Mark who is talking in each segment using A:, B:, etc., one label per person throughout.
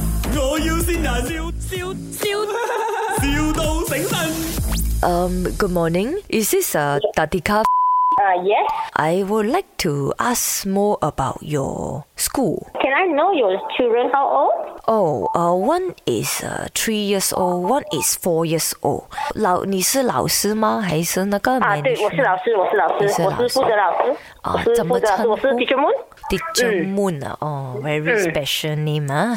A: 要先人，笑笑笑，, 笑到醒神。
B: Um, good morning. Is this uh, Tatika?
C: Uh, yes.
B: I would like to ask more about your school.
C: Can I know your children how old?
B: Oh, uh, one is uh, three years old, one is four years old. 老，你是老师吗？还是那个
C: 啊，Ah, 对，我是老师，我是老
B: 你
C: 师
B: 是，
C: 我
B: 老
C: 是
B: 师
C: 负责老师，
B: 啊
C: 我是
B: 怎么
C: 负责老师，我是
B: 称呼
C: teacher Moon。
B: Teacher Moon
C: 嗯
B: 啊，哦，very special name 啊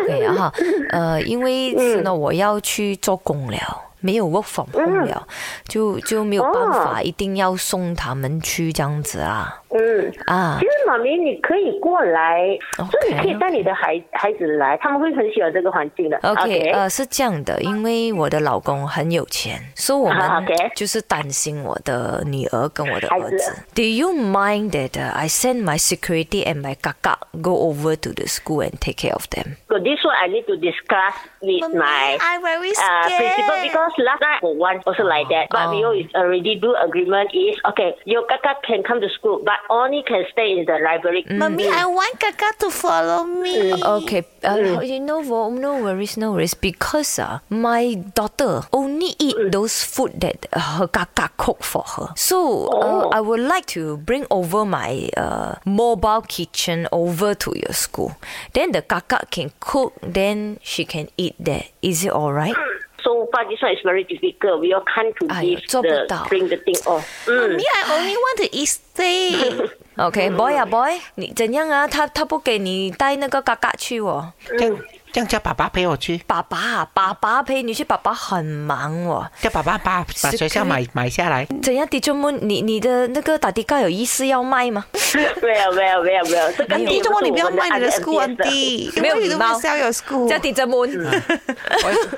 B: ，OK 啊哈，呃，因为是
C: 嗯
B: 呢，我要去做工了。没有 work from home 了，就就没有办法，
C: 哦
B: 一定要送他们去这样子啊
C: 嗯，
B: 啊
C: 其！实妈咪你可以过来，就是你可以带你的孩孩子来，他们会很喜欢这个环境的。
B: OK，呃，是这样的，因为我的老公很有钱，所以我
C: 啊
B: 们
C: ，OK
B: 就是担心我的女儿跟我的
C: 孩
B: 儿
C: 子
B: 子。Do you mind that uh, I send my security and my kaka go over to the school and take care of them?
C: So this one I need to discuss with my
B: I very
C: uh, principal because last night for one also like that. But we
B: Oh.
C: always already do agreement is okay. Your kaka can come to school, but only can stay in the library.
B: Mm,
D: Mommy, I want Kaka to follow me.
B: Okay, uh, you know, wo- no worries, no worries. Because uh, my daughter only eat those food that uh, her kaka cook for her. So uh,
C: Oh.
B: I would like to bring over my uh, mobile kitchen over to your school. Then the kaka can cook. Then she can eat there. Is it all right?
C: Mm. So far, this one is very difficult. We all can't to
D: 哎
B: Aiyo,
C: give
B: 做不到。
C: the bring the thing off. 嗯
D: Mommy, I only want to eat steak.
B: Okay, boy 啊 boy，你 ah, 怎样啊？他他不给你带那个嘎嘎去哦。
E: 这样这样叫爸爸陪我去，
B: 爸爸啊，爸爸陪你去，爸爸很忙哦。
E: 叫爸爸把把学校买买下来。
B: 怎样，DJ Moon？你你的那个打的盖有意思要卖吗？
C: Well, well, well, well. 这个
D: 哎你
C: 就
D: 中国
C: 是
D: 你不要
C: 我们
D: 卖你的啊
C: IMDS
D: school
C: 的
D: auntie，
B: 没有
D: 你
B: 礼
D: 都
B: 貌
D: 不 sell your school
B: 叫。DJ Moon，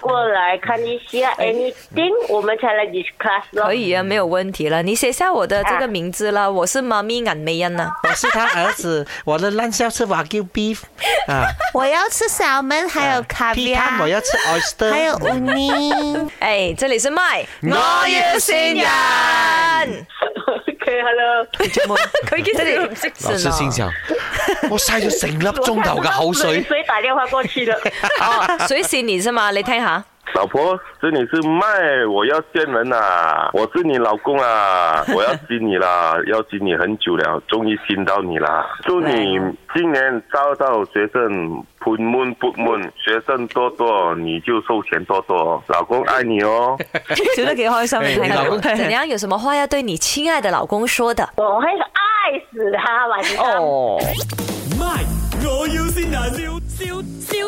C: 过来看一下
D: 哎
C: anything，我们才来 discuss 咯
B: 可。 以啊，没有问题了。你写下我的这个名字啦，我是妈咪眼美啊人呐。
E: 我是他儿子，我的烂笑是 wagyu beef 啊，
D: 我要吃 salmon，还有卡比
E: 批判哎我要吃 oyster，
D: 还有乌尼。
B: 哎，这里是麦，
E: 我要
B: 新人。
C: OK，hello。
B: 佢其實都唔識
F: 老
B: 信
F: 師先
B: 啊
F: 生，我嘥咗成粒鐘頭嘅口水。
C: 所以打电话过去 了。
B: 哦，水是你是吗？你听下。
G: 老婆，这里是麦，我要见人啦、我是你老公啊，我要亲你啦， 要亲你很久了，终于亲到你啦！祝你今年招到学生不闷不闷，学生多多，你就收钱多多，老公爱你哦。
B: 笑得几开心，你
E: 你老公
B: 怎样？有什么话要对你亲爱的老公说的？
C: 我会
D: 哦
E: 哦
C: 爱死他，晚上。
A: 卖，我要先人，笑笑笑，